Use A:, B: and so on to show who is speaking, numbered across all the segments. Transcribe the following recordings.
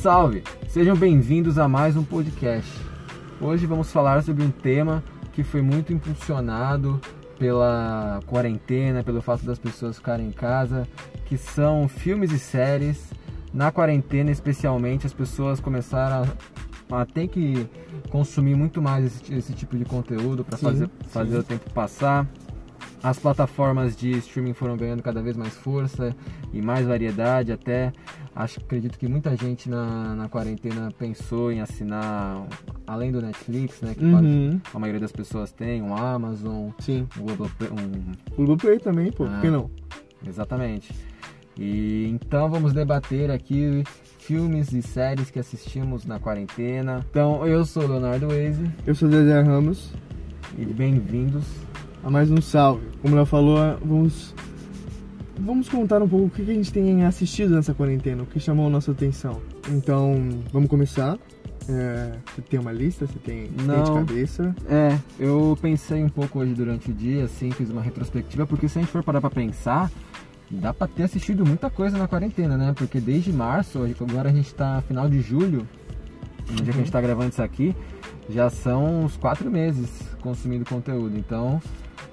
A: Salve! Sejam bem-vindos a mais um podcast. Hoje vamos falar sobre um tema que foi muito impulsionado pela quarentena, pelo fato das pessoas ficarem em casa, que são filmes e séries. Na quarentena, especialmente, as pessoas começaram a, a ter que consumir muito mais esse, esse tipo de conteúdo para
B: Sim,
A: fazer,
B: sim.
A: fazer o tempo passar. As plataformas de streaming foram ganhando cada vez mais força e mais variedade até. Acho, acredito que muita gente na, na quarentena pensou em assinar, além do Netflix, né, que quase
B: Uhum.
A: a maioria das pessoas tem, um Amazon,
B: Sim.
A: um Globoplay, um...
B: O Globoplay também, pô.
A: Ah.
B: Por que não?
A: exatamente. E então vamos debater aqui filmes e séries que assistimos na quarentena. Então eu sou Leonardo Waze
B: Eu sou o Zezé Ramos.
A: e bem-vindos.
B: A mais um salve. Como ela falou, vamos... Vamos contar um pouco o que que a gente tem assistido nessa quarentena, o que chamou a nossa atenção. Então, vamos começar. É, você tem uma lista? Você tem, tem de
A: Não.
B: cabeça?
A: É, eu pensei um pouco hoje durante o dia, assim, fiz uma retrospectiva, porque se a gente for parar pra pensar, dá pra ter assistido muita coisa na quarentena, né? Porque desde março, hoje- agora a gente tá final de julho, no dia que a gente tá gravando isso aqui, já são uns quatro meses consumindo conteúdo. Então,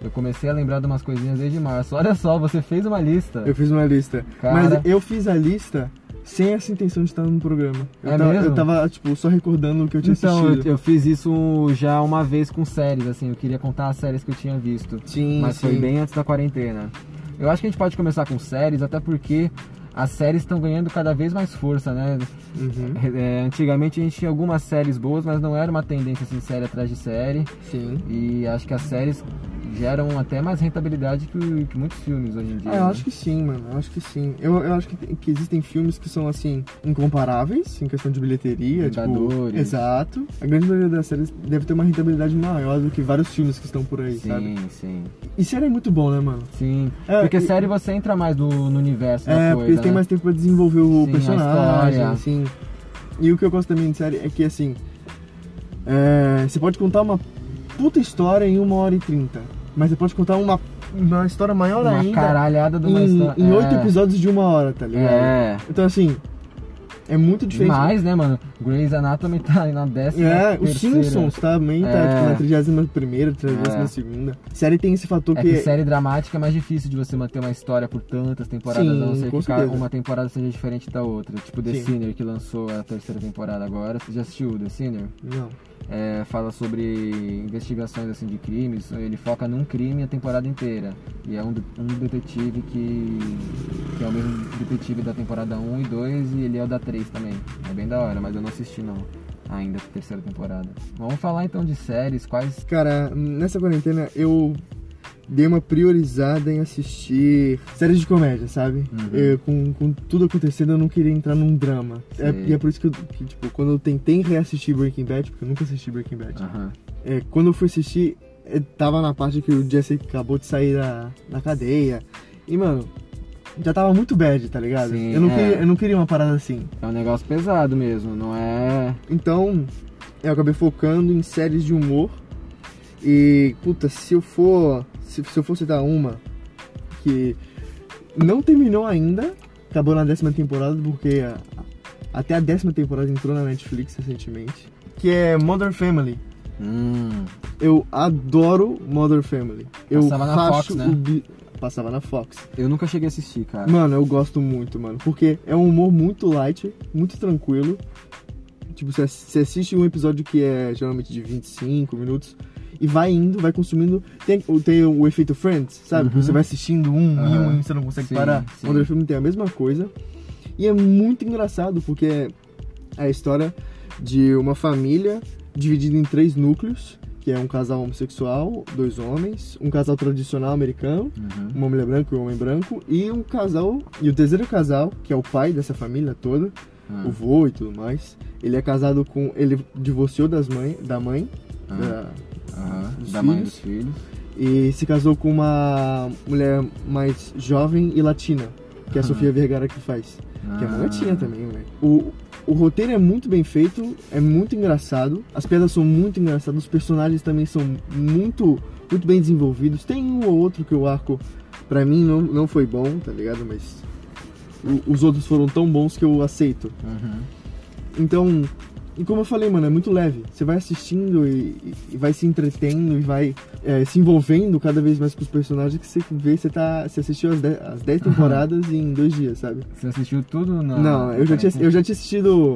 A: eu comecei a lembrar de umas coisinhas desde março. Olha só, você fez uma lista.
B: Eu fiz uma lista.
A: Tá. Cara.
B: Mas eu fiz a lista sem essa intenção de estar no programa. Eu,
A: É
B: tava,
A: mesmo?
B: eu tava, tipo, só recordando o que eu tinha
A: Então, eu,
B: assistido.
A: eu fiz isso já uma vez com séries, assim, eu queria contar as séries que eu tinha visto.
B: Sim,
A: Mas foi
B: sim.
A: bem antes da quarentena. Eu acho que a gente pode começar com séries, até porque as séries estão ganhando cada vez mais força, né?
B: Uhum,
A: É, antigamente a gente tinha algumas séries boas, mas não era uma tendência assim, série atrás de série.
B: sim.
A: E acho que as séries geram até mais rentabilidade que, que muitos filmes hoje em dia.
B: Ah, eu
A: né?
B: acho que sim, mano. Eu acho que sim. Eu, eu acho que, tem- que existem filmes que são, assim, incomparáveis em questão de bilheteria. Tipo,
A: Vingadores.
B: exato. A grande maioria das séries deve ter uma rentabilidade maior do que vários filmes que estão por aí, sabe?
A: Sim, sim.
B: E série é muito bom, né, mano?
A: Sim.
B: É,
A: porque
B: e-
A: série você entra mais no, no universo da
B: É,
A: coisa.
B: porque eles têm
A: né?
B: mais tempo pra desenvolver o
A: Sim, a
B: personagem,
A: história.
B: assim. E o que eu gosto também de série é que, assim, é, você pode contar uma puta história em uma hora e trinta, mas você pode contar uma, uma história maior
A: Uma
B: ainda
A: caralhada de uma
B: em-
A: história.
B: em oito
A: É.
B: episódios de uma hora, tá ligado?
A: É.
B: Então, assim, é muito diferente.
A: Demais, né, mano? Grey's Anatomy tá aí na décima.
B: É, os
A: terceira.
B: Simpsons também tá
A: É.
B: tipo, na 31
A: É.
B: 32 Série tem esse fator
A: É
B: que.
A: que série dramática é mais difícil de você manter uma história por tantas temporadas,
B: Sim,
A: a não ser
B: com
A: que cada-
B: certeza.
A: uma temporada seja diferente da outra. Tipo The
B: Sim.
A: Sinner, que lançou a terceira temporada agora. Você já assistiu The Sinner?
B: Não.
A: É, fala sobre investigações assim de crimes. Ele foca num crime a temporada inteira. E é um, de- um detetive que, que é o mesmo detetive da temporada 1 e 2 e ele é o da 3 também. É bem da hora, mas eu não assisti não. Ainda a terceira temporada. Vamos falar então de séries, quais
B: Cara, nessa quarentena eu dei uma priorizada em assistir séries de comédia, sabe?
A: Uhum.
B: Eu, com, com tudo acontecendo, eu não queria entrar num drama. É,
A: Sei.
B: e é por isso que, eu, que, tipo, quando eu tentei reassistir Breaking Bad, porque eu nunca assisti Breaking Bad,
A: Aham.
B: é, quando eu fui assistir, é, tava na parte que o Jesse acabou de sair da, da cadeia. E, mano, já tava muito bad, tá ligado?
A: Sim,
B: eu, não
A: é.
B: queria, eu não queria uma parada assim.
A: É um negócio pesado mesmo, não é.
B: Então, eu acabei focando em séries de humor. E, puta, se eu for. Se, se eu fosse dar uma que não terminou ainda, acabou na décima temporada, porque a- até a décima temporada entrou na Netflix recentemente. Que é Modern Family.
A: Hum.
B: Eu adoro Modern Family. Eu
A: Passava na
B: faço
A: Fox, né?
B: o bi- Passava na Fox.
A: Eu nunca cheguei a assistir, cara.
B: Mano, eu gosto muito, mano. Porque é um humor muito light, muito tranquilo. Tipo, você ass- você assiste um episódio que é geralmente de 25 minutos e vai indo, vai consumindo. Tem, o- tem o efeito Friends, sabe? Que
A: Uhum.
B: Você vai assistindo um e
A: Aham.
B: um e você não consegue
A: Sim,
B: parar.
A: sim.
B: O Modern Family tem a mesma coisa. E é muito engraçado porque é a história de uma família dividida em três núcleos, que é um casal homossexual, dois homens, um casal tradicional americano
A: Uhum.
B: uma mulher branca e um homem branco, e um casal, e o terceiro casal, que é o pai dessa família toda,
A: Ah,
B: o vô e tudo mais, ele é casado com, ele divorciou das mãe, da mãe,
A: Ah.
B: da-
A: aham.
B: os
A: Da mãe
B: filhos.
A: dos filhos.
B: e se casou com uma mulher mais jovem e latina, que é a
A: Ah.
B: Sofia Vergara que faz, que é
A: Ah.
B: uma latina também, moleque. O, o roteiro é muito bem feito, é muito engraçado, as piadas são muito engraçadas, os personagens também são muito, muito bem desenvolvidos. Tem um ou outro que o arco, pra mim, não, não foi bom, tá ligado? Mas o- os outros foram tão bons que eu aceito.
A: Uhum.
B: Então, e como eu falei, mano, é muito leve. Você vai assistindo e, e vai se entretendo e vai é, se envolvendo cada vez mais com os personagens que você vê, você tá. Você assistiu as 10 as dez temporadas em dois dias, sabe?
A: Você assistiu tudo na.
B: Não, eu já, tinha,
A: quarentena?
B: eu já tinha assistido.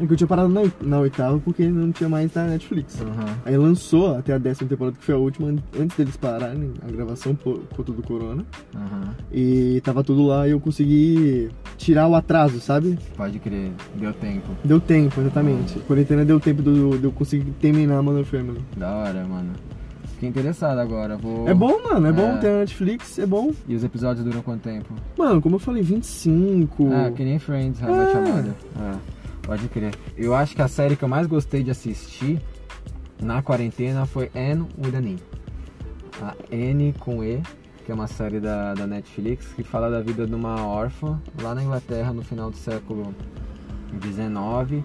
B: é que Eu tinha parado na, oit- na oitava porque não tinha mais na Netflix.
A: Aham.
B: Aí lançou até a décima temporada, que foi a última, an- antes deles pararem a gravação por conta do corona.
A: aham.
B: E tava tudo lá e eu consegui tirar o atraso, sabe?
A: Pode crer, deu tempo.
B: Deu tempo, exatamente. Quarentena deu tempo do- de eu conseguir terminar Mother Family.
A: Da hora, mano. Fiquei interessado agora. Vou...
B: É bom, mano, é,
A: É.
B: bom ter a Netflix, é bom.
A: E os episódios duram quanto tempo?
B: Mano, como eu falei, 25.
A: Ah, que nem Friends, How Much
B: É.
A: Chamada. Ah, pode crer. Eu acho que a série que eu mais gostei de assistir na quarentena foi Anne with an E. A N com E, que é uma série da, da Netflix que fala da vida de uma órfã lá na Inglaterra no final do século XIX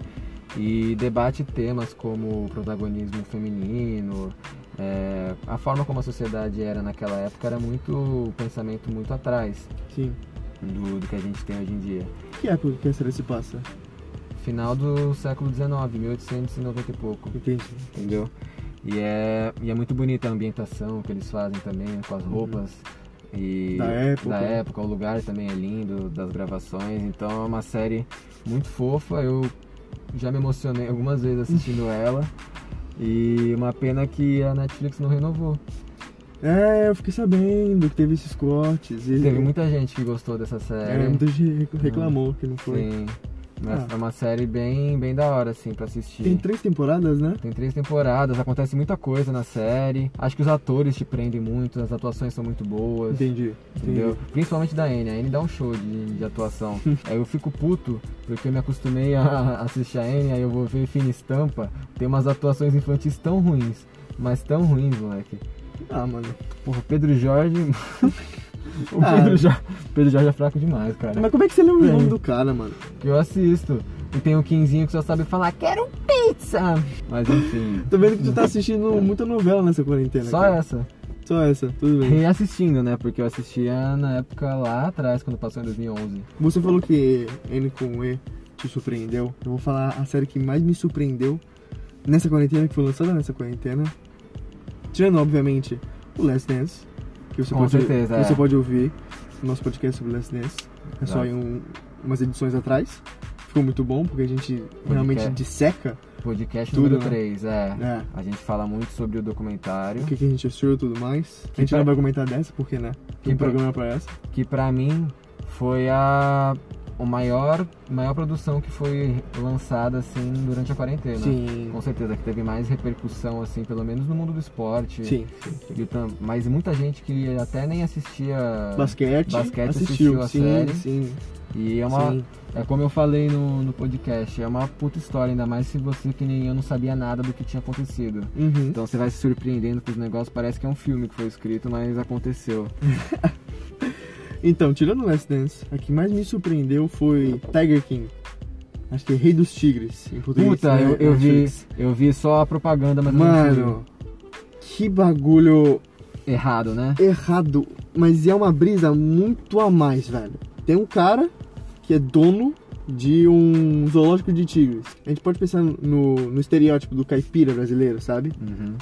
A: e debate temas como o protagonismo feminino, é, a forma como a sociedade era naquela época era muito pensamento muito atrás
B: Sim.
A: do- do que a gente tem hoje em dia.
B: Que época que a série se passa?
A: Final do século XIX, 1890 e pouco,
B: Entendi.
A: entendeu? E é, e é muito bonita a ambientação que eles fazem também com as roupas. E
B: Uhum. Da época.
A: da época, o lugar também é lindo, das gravações. Então é uma série muito fofa. Eu já me emocionei algumas vezes assistindo ela. E uma pena que a Netflix não renovou.
B: É, eu fiquei sabendo que teve esses cortes. E
A: Teve muita gente que gostou dessa série.
B: É, muita gente reclamou que não foi.
A: Sim. Mas
B: Ah.
A: É uma série bem, bem da hora, assim, pra assistir.
B: Tem três temporadas, né?
A: Tem três temporadas, acontece muita coisa na série. Acho que os atores te prendem muito, as atuações são muito boas.
B: Entendi.
A: Entendeu?
B: entendi.
A: Principalmente da Anne. A Anne dá um show de, de atuação. aí eu fico puto porque eu me acostumei a assistir a Anne, aí eu vou ver Fina Estampa. Tem umas atuações infantis tão ruins, mas tão ruins, moleque.
B: Ah, mano.
A: Porra, Pedro Jorge. o
B: Ah.
A: Pedro, Jorge Pedro Jorge é fraco demais, cara.
B: Mas como é que você lembra
A: Sim.
B: o nome do cara, mano?
A: Porque eu assisto. E tem o Quinzinho que só sabe falar: quero um pizza! Mas enfim.
B: Tô vendo que tu tá assistindo muita novela nessa quarentena.
A: Hum. Só
B: cara.
A: essa.
B: Só essa, tudo bem.
A: Reassistindo, né? Porque eu assistia na época lá atrás, quando passou em 2011.
B: Você falou que N com E te surpreendeu. Eu vou falar a série que mais me surpreendeu nessa quarentena, que foi lançada nessa quarentena. Tirando, obviamente, o Last Dance. Que você
A: Com
B: pode,
A: certeza,
B: que
A: é.
B: Você pode ouvir no nosso podcast sobre Last Dance. É só
A: Exato.
B: em um- umas edições atrás. Ficou muito bom, porque a gente realmente
A: quer.
B: disseca
A: Podcast
B: Tudo,
A: número
B: né?
A: 3, é.
B: né,
A: A gente fala muito sobre o documentário,
B: o que, que a gente assistiu e tudo mais.
A: Que
B: A gente não
A: pra-
B: vai comentar dessa, porque, né?
A: Que
B: Tem um
A: pra-
B: programa pra essa.
A: que pra mim foi a o maior, maior produção que foi lançada assim durante a quarentena.
B: Sim.
A: Com certeza que teve mais repercussão assim, pelo menos no mundo do esporte.
B: Sim, sim.
A: E tam- Mas muita gente que até nem assistia.
B: Basquete,
A: Basquete assistiu
B: assistiu,
A: a
B: sim,
A: série.
B: sim,
A: E é uma,
B: sim.
A: É como eu falei no, no podcast, é uma puta história, ainda mais se você que nem eu não sabia nada do que tinha acontecido.
B: Uhum.
A: Então você vai se surpreendendo com os negócios, parece que é um filme que foi escrito, mas aconteceu.
B: Então, tirando Last Dance, a que mais me surpreendeu foi Tiger King. Acho que é Rei dos Tigres, em português.
A: Puta,
B: né?
A: eu, eu vi,
B: Netflix.
A: eu vi só a propaganda, mas eu não vi.
B: Mano, que bagulho
A: errado, né?
B: errado. Mas é uma brisa muito a mais, velho. Tem um cara que é dono de um zoológico de tigres. A gente pode pensar no, no estereótipo do caipira brasileiro, sabe?
A: Uhum.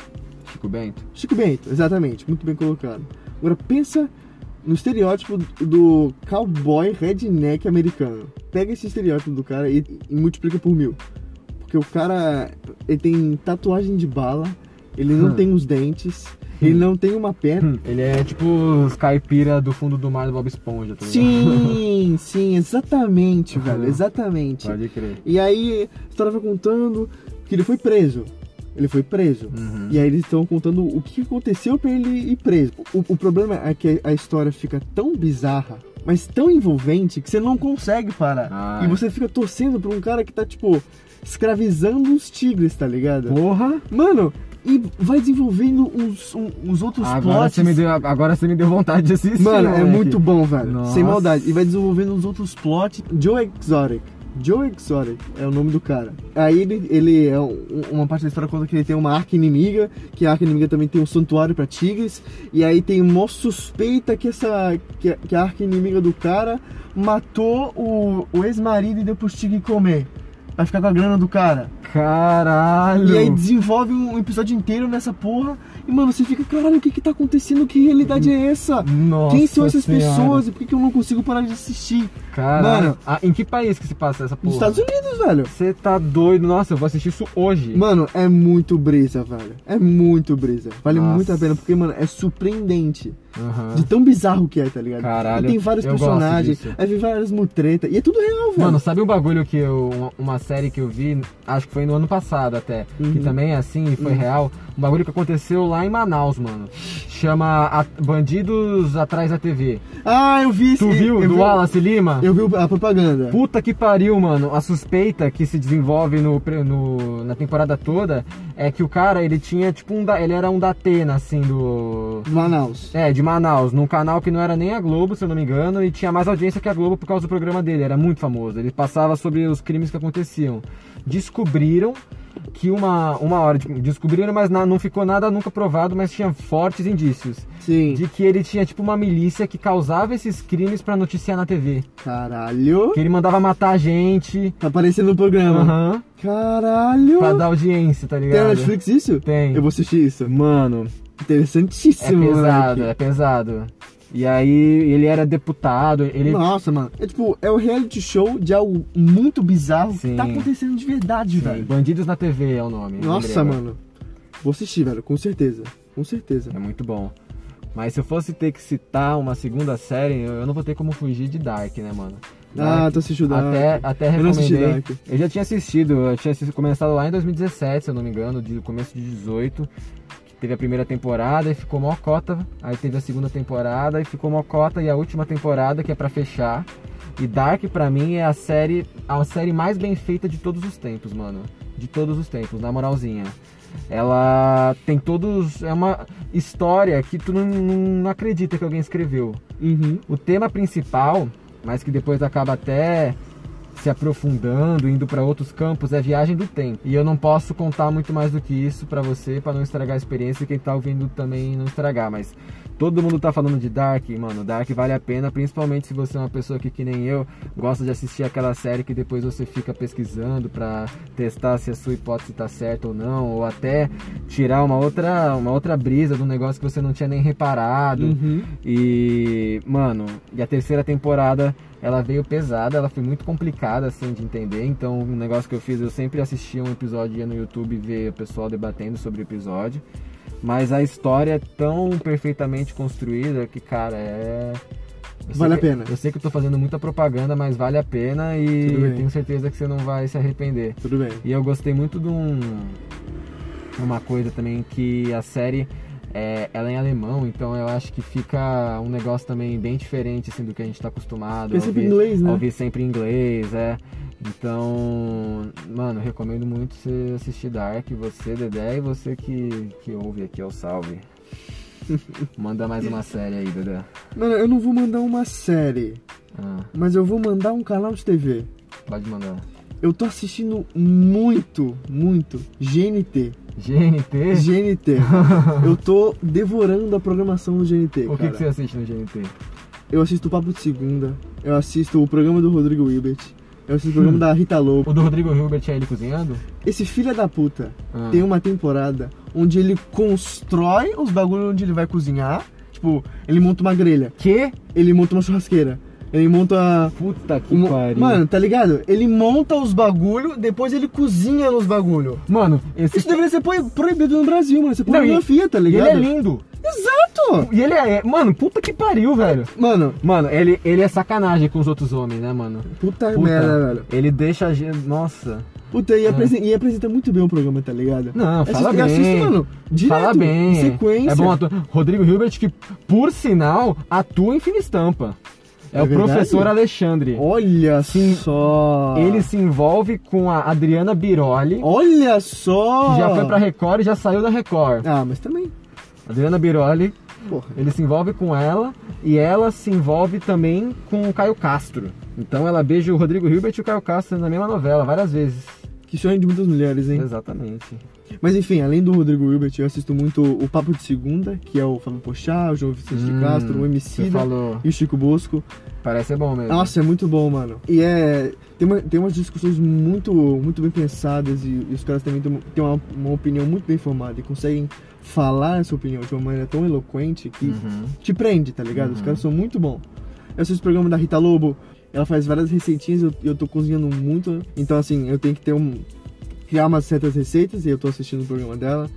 A: Chico Bento.
B: Chico Bento, exatamente, muito bem colocado. Agora pensa no estereótipo do cowboy redneck americano. Pega esse estereótipo do cara e, e multiplica por mil. Porque o cara ele tem tatuagem de bala, ele não
A: Hum.
B: tem os dentes, ele não tem uma perna.
A: Ele é tipo os caipira do fundo do mar do Bob Esponja, tá ligado?
B: Sim, sim, exatamente, velho,
A: Uhum.
B: exatamente.
A: Pode crer.
B: E aí, a história vai contando que ele foi preso. Ele foi preso.
A: Uhum.
B: E aí eles estão contando o que aconteceu pra ele ir preso. O, o problema é que a história fica tão bizarra, mas tão envolvente que você não consegue parar.
A: Ah,
B: E você fica torcendo pra um cara que tá, tipo, escravizando os tigres, tá ligado?
A: Porra!
B: Mano, e vai desenvolvendo uns, um- uns outros
A: Agora
B: plots.
A: você, me deu, agora você me deu vontade de assistir.
B: Mano, é
A: moleque.
B: muito bom, velho.
A: Nossa.
B: Sem maldade. E vai desenvolvendo uns outros plots. Joe Exotic. Joe Exotic é o nome do cara. Aí ele, ele é um- uma parte da história conta que ele tem uma arca inimiga, que a arca inimiga também tem um santuário pra tigres. E aí tem uma suspeita que essa que, que a arca inimiga do cara matou o, o ex-marido e deu pros tigres comer. vai ficar com a grana do cara.
A: Caralho!
B: E aí desenvolve um episódio inteiro nessa porra. E, mano, você fica, caralho, o que que tá acontecendo? Que realidade é essa?
A: Nossa
B: Quem são essas
A: Senhora.
B: pessoas e por que, que eu não consigo parar de assistir?
A: Caralho.
B: Mano.
A: Ah, em que país que se passa essa porra?
B: Nos Estados Unidos, velho.
A: Você tá doido? Nossa, eu vou assistir isso hoje.
B: Mano, é muito brisa, velho. É muito brisa. Vale
A: Nossa.
B: muito a pena, porque, mano, é surpreendente.
A: Aham.
B: De tão bizarro que é, tá ligado?
A: Caralho,
B: E tem vários
A: eu gosto
B: personagens,
A: disso.
B: aí vem várias mutretas. E é tudo real, velho.
A: Mano, sabe um bagulho que eu. uma- Uma série que eu vi, acho que foi no ano passado até, que
B: Uhum.
A: também é assim e foi
B: Uhum.
A: real. Um bagulho que aconteceu lá em Manaus, mano. Chama A- Bandidos Atrás da TV.
B: ah, eu vi esse.
A: Tu viu?
B: eu
A: do
B: vi,
A: Wallace Lima?
B: Eu vi a propaganda.
A: Puta que pariu, mano. A suspeita que se desenvolve no, pre- no- na temporada toda é que o cara, ele tinha tipo um. da- Ele era um da Atena, assim, do.
B: Manaus.
A: É, de Manaus, num canal que não era nem a Globo, se eu não me engano, e tinha mais audiência que a Globo por causa do programa dele, era muito famoso. Ele passava sobre os crimes que aconteciam. Descobriram que uma, uma hora, de- descobriram, mas na- não ficou nada nunca provado, mas tinha fortes indícios
B: Sim.
A: de que ele tinha tipo uma milícia que causava esses crimes pra noticiar na TV.
B: Caralho.
A: Que ele mandava matar a gente,
B: Tá aparecendo no programa.
A: aham,
B: Caralho.
A: pra dar audiência, tá
B: Tem na
A: ligado?
B: Netflix isso?
A: Tem.
B: Eu vou assistir isso.
A: Mano, é
B: Interessantíssimo,
A: pesado, é
B: moleque.
A: pesado. E aí, ele era deputado, ele
B: Nossa, mano. É tipo, é o reality show de algo muito bizarro
A: Sim.
B: que tá acontecendo de verdade,
A: Sim,
B: velho.
A: Bandidos na TV é o nome. lembrei
B: Nossa,
A: agora.
B: mano. Vou assistir, velho, com certeza. Com certeza. Ah,
A: É muito bom. Mas se eu fosse ter que citar uma segunda série, eu eu não vou ter como fugir de Dark, né, mano?
B: Ah,
A: Dark,
B: tô assistindo
A: até, até
B: Eu não assisti
A: recomendei.
B: Dark.
A: Eu já tinha assistido, eu tinha assisti- começado lá em 2017, se eu não me engano, de começo de 18. que Teve a primeira temporada e ficou mó cota. Aí teve a segunda temporada e ficou mó cota. E a última temporada, que é pra fechar. E Dark, pra mim, é a série, a série mais bem feita de todos os tempos, mano. De todos os tempos, na moralzinha. Ela tem todos. É uma história que tu não, não acredita que alguém escreveu.
B: Uhum.
A: O tema principal, mas que depois acaba até se aprofundando, indo pra outros campos, é viagem do tempo. E eu não posso contar muito mais do que isso pra você, pra não estragar a experiência e quem tá ouvindo também não estragar, mas todo mundo tá falando de Dark, mano, Dark vale a pena, principalmente se você é uma pessoa que que nem eu gosta de assistir aquela série que depois você fica pesquisando pra testar se a sua hipótese tá certa ou não, ou até tirar uma outra, uma outra brisa do negócio que você não tinha nem reparado.
B: Uhum.
A: E, mano, e a terceira temporada ela veio pesada, ela foi muito complicada assim de entender. Então, um negócio que eu fiz, eu sempre assistia um episódio ia no YouTube ver o pessoal debatendo sobre o episódio. Mas a história é tão perfeitamente construída que, cara, é. eu sei
B: Vale a
A: que-
B: pena.
A: Eu sei que eu tô fazendo muita propaganda, mas vale a pena e
B: Tudo bem.
A: tenho certeza que você não vai se arrepender.
B: Tudo bem.
A: E eu gostei muito de um, uma coisa também que a série é, ela é em alemão, então eu acho que fica um negócio também bem diferente assim, do que a gente tá acostumado. a
B: Porque é sempre
A: ouvir-
B: inglês, né?
A: a Ouvir sempre em inglês, é. Então, mano, recomendo muito você assistir Dark, você, Dedé, e você que, que ouve aqui, ó, salve. Manda mais uma série aí, Dedé.
B: Mano, eu não vou mandar uma série,
A: Ah,
B: mas eu vou mandar um canal de TV.
A: pode mandar.
B: Eu tô assistindo muito, muito GNT.
A: GNT?
B: GNT. eu tô devorando a programação do GNT.
A: O que,
B: cara.
A: que você assiste no GNT?
B: Eu assisto o Papo de Segunda, eu assisto o programa do Rodrigo Wilbert, eu assisto o
A: Hum.
B: programa da Rita Lobo.
A: O do Rodrigo Hilbert é ele cozinhando?
B: Esse filho da puta
A: Ah.
B: tem uma temporada onde ele constrói os bagulhos onde ele vai cozinhar. Tipo, ele monta uma grelha,
A: Que?
B: ele monta uma churrasqueira, ele monta
A: Puta que
B: Mo-
A: pariu.
B: Mano, tá ligado? Ele monta os bagulho, depois ele cozinha nos bagulho.
A: Mano, esse.
B: Isso deveria ser pro- proibido no Brasil, mano. Isso é
A: Não, e-
B: pornografia, tá
A: E ele
B: ligado?
A: é lindo.
B: Exato!
A: E ele é. Mano, puta que pariu, velho.
B: Mano,
A: Mano, ele, ele é sacanagem com os outros homens, né, mano? Puta,
B: puta, É merda, velho.
A: Ele deixa a gente. Nossa.
B: Puta, e, apresen- e apresenta muito bem o programa, tá ligado?
A: É. Não,
B: Assisto-
A: fala
B: eu assisto,
A: bem.
B: mano, direto,
A: Fala
B: em
A: bem.
B: sequência.
A: É bom ator. Rodrigo Hilbert, que, por sinal, atua em fina estampa. É,
B: É
A: o
B: verdade?
A: professor Alexandre.
B: Olha
A: Sim.
B: só.
A: Ele se envolve com a Adriana Biroli,
B: Olha só.
A: que já foi pra Record e já saiu da Record.
B: Ah, mas também.
A: Adriana Biroli,
B: Porra.
A: Ele se envolve com ela e ela se envolve também com o Caio Castro. Então ela beija o Rodrigo Hilbert e o Caio Castro na mesma novela, várias vezes.
B: Que sonho de muitas mulheres, hein?
A: Exatamente.
B: Mas enfim, além do Rodrigo Wilbert, eu assisto muito o Papo de Segunda, que é o Fábio Pochá, o João Vicente de
A: Hum,
B: Castro,
A: Você
B: o MC
A: falou.
B: e o Chico Bosco.
A: Parece ser bom mesmo.
B: né? Nossa, é muito bom, mano. E é. Tem, uma- tem umas discussões muito, muito bem pensadas e, e os caras também têm, têm uma, uma opinião muito bem formada e conseguem falar essa opinião de uma maneira tão eloquente que
A: Uhum.
B: te prende, tá ligado? Os
A: Uhum.
B: caras são muito bons. Eu assisto o programa da Rita Lobo, ela faz várias receitinhas eu, eu tô cozinhando muito, né? então assim, eu tenho que ter um. criar umas certas receitas e eu tô assistindo o programa dela.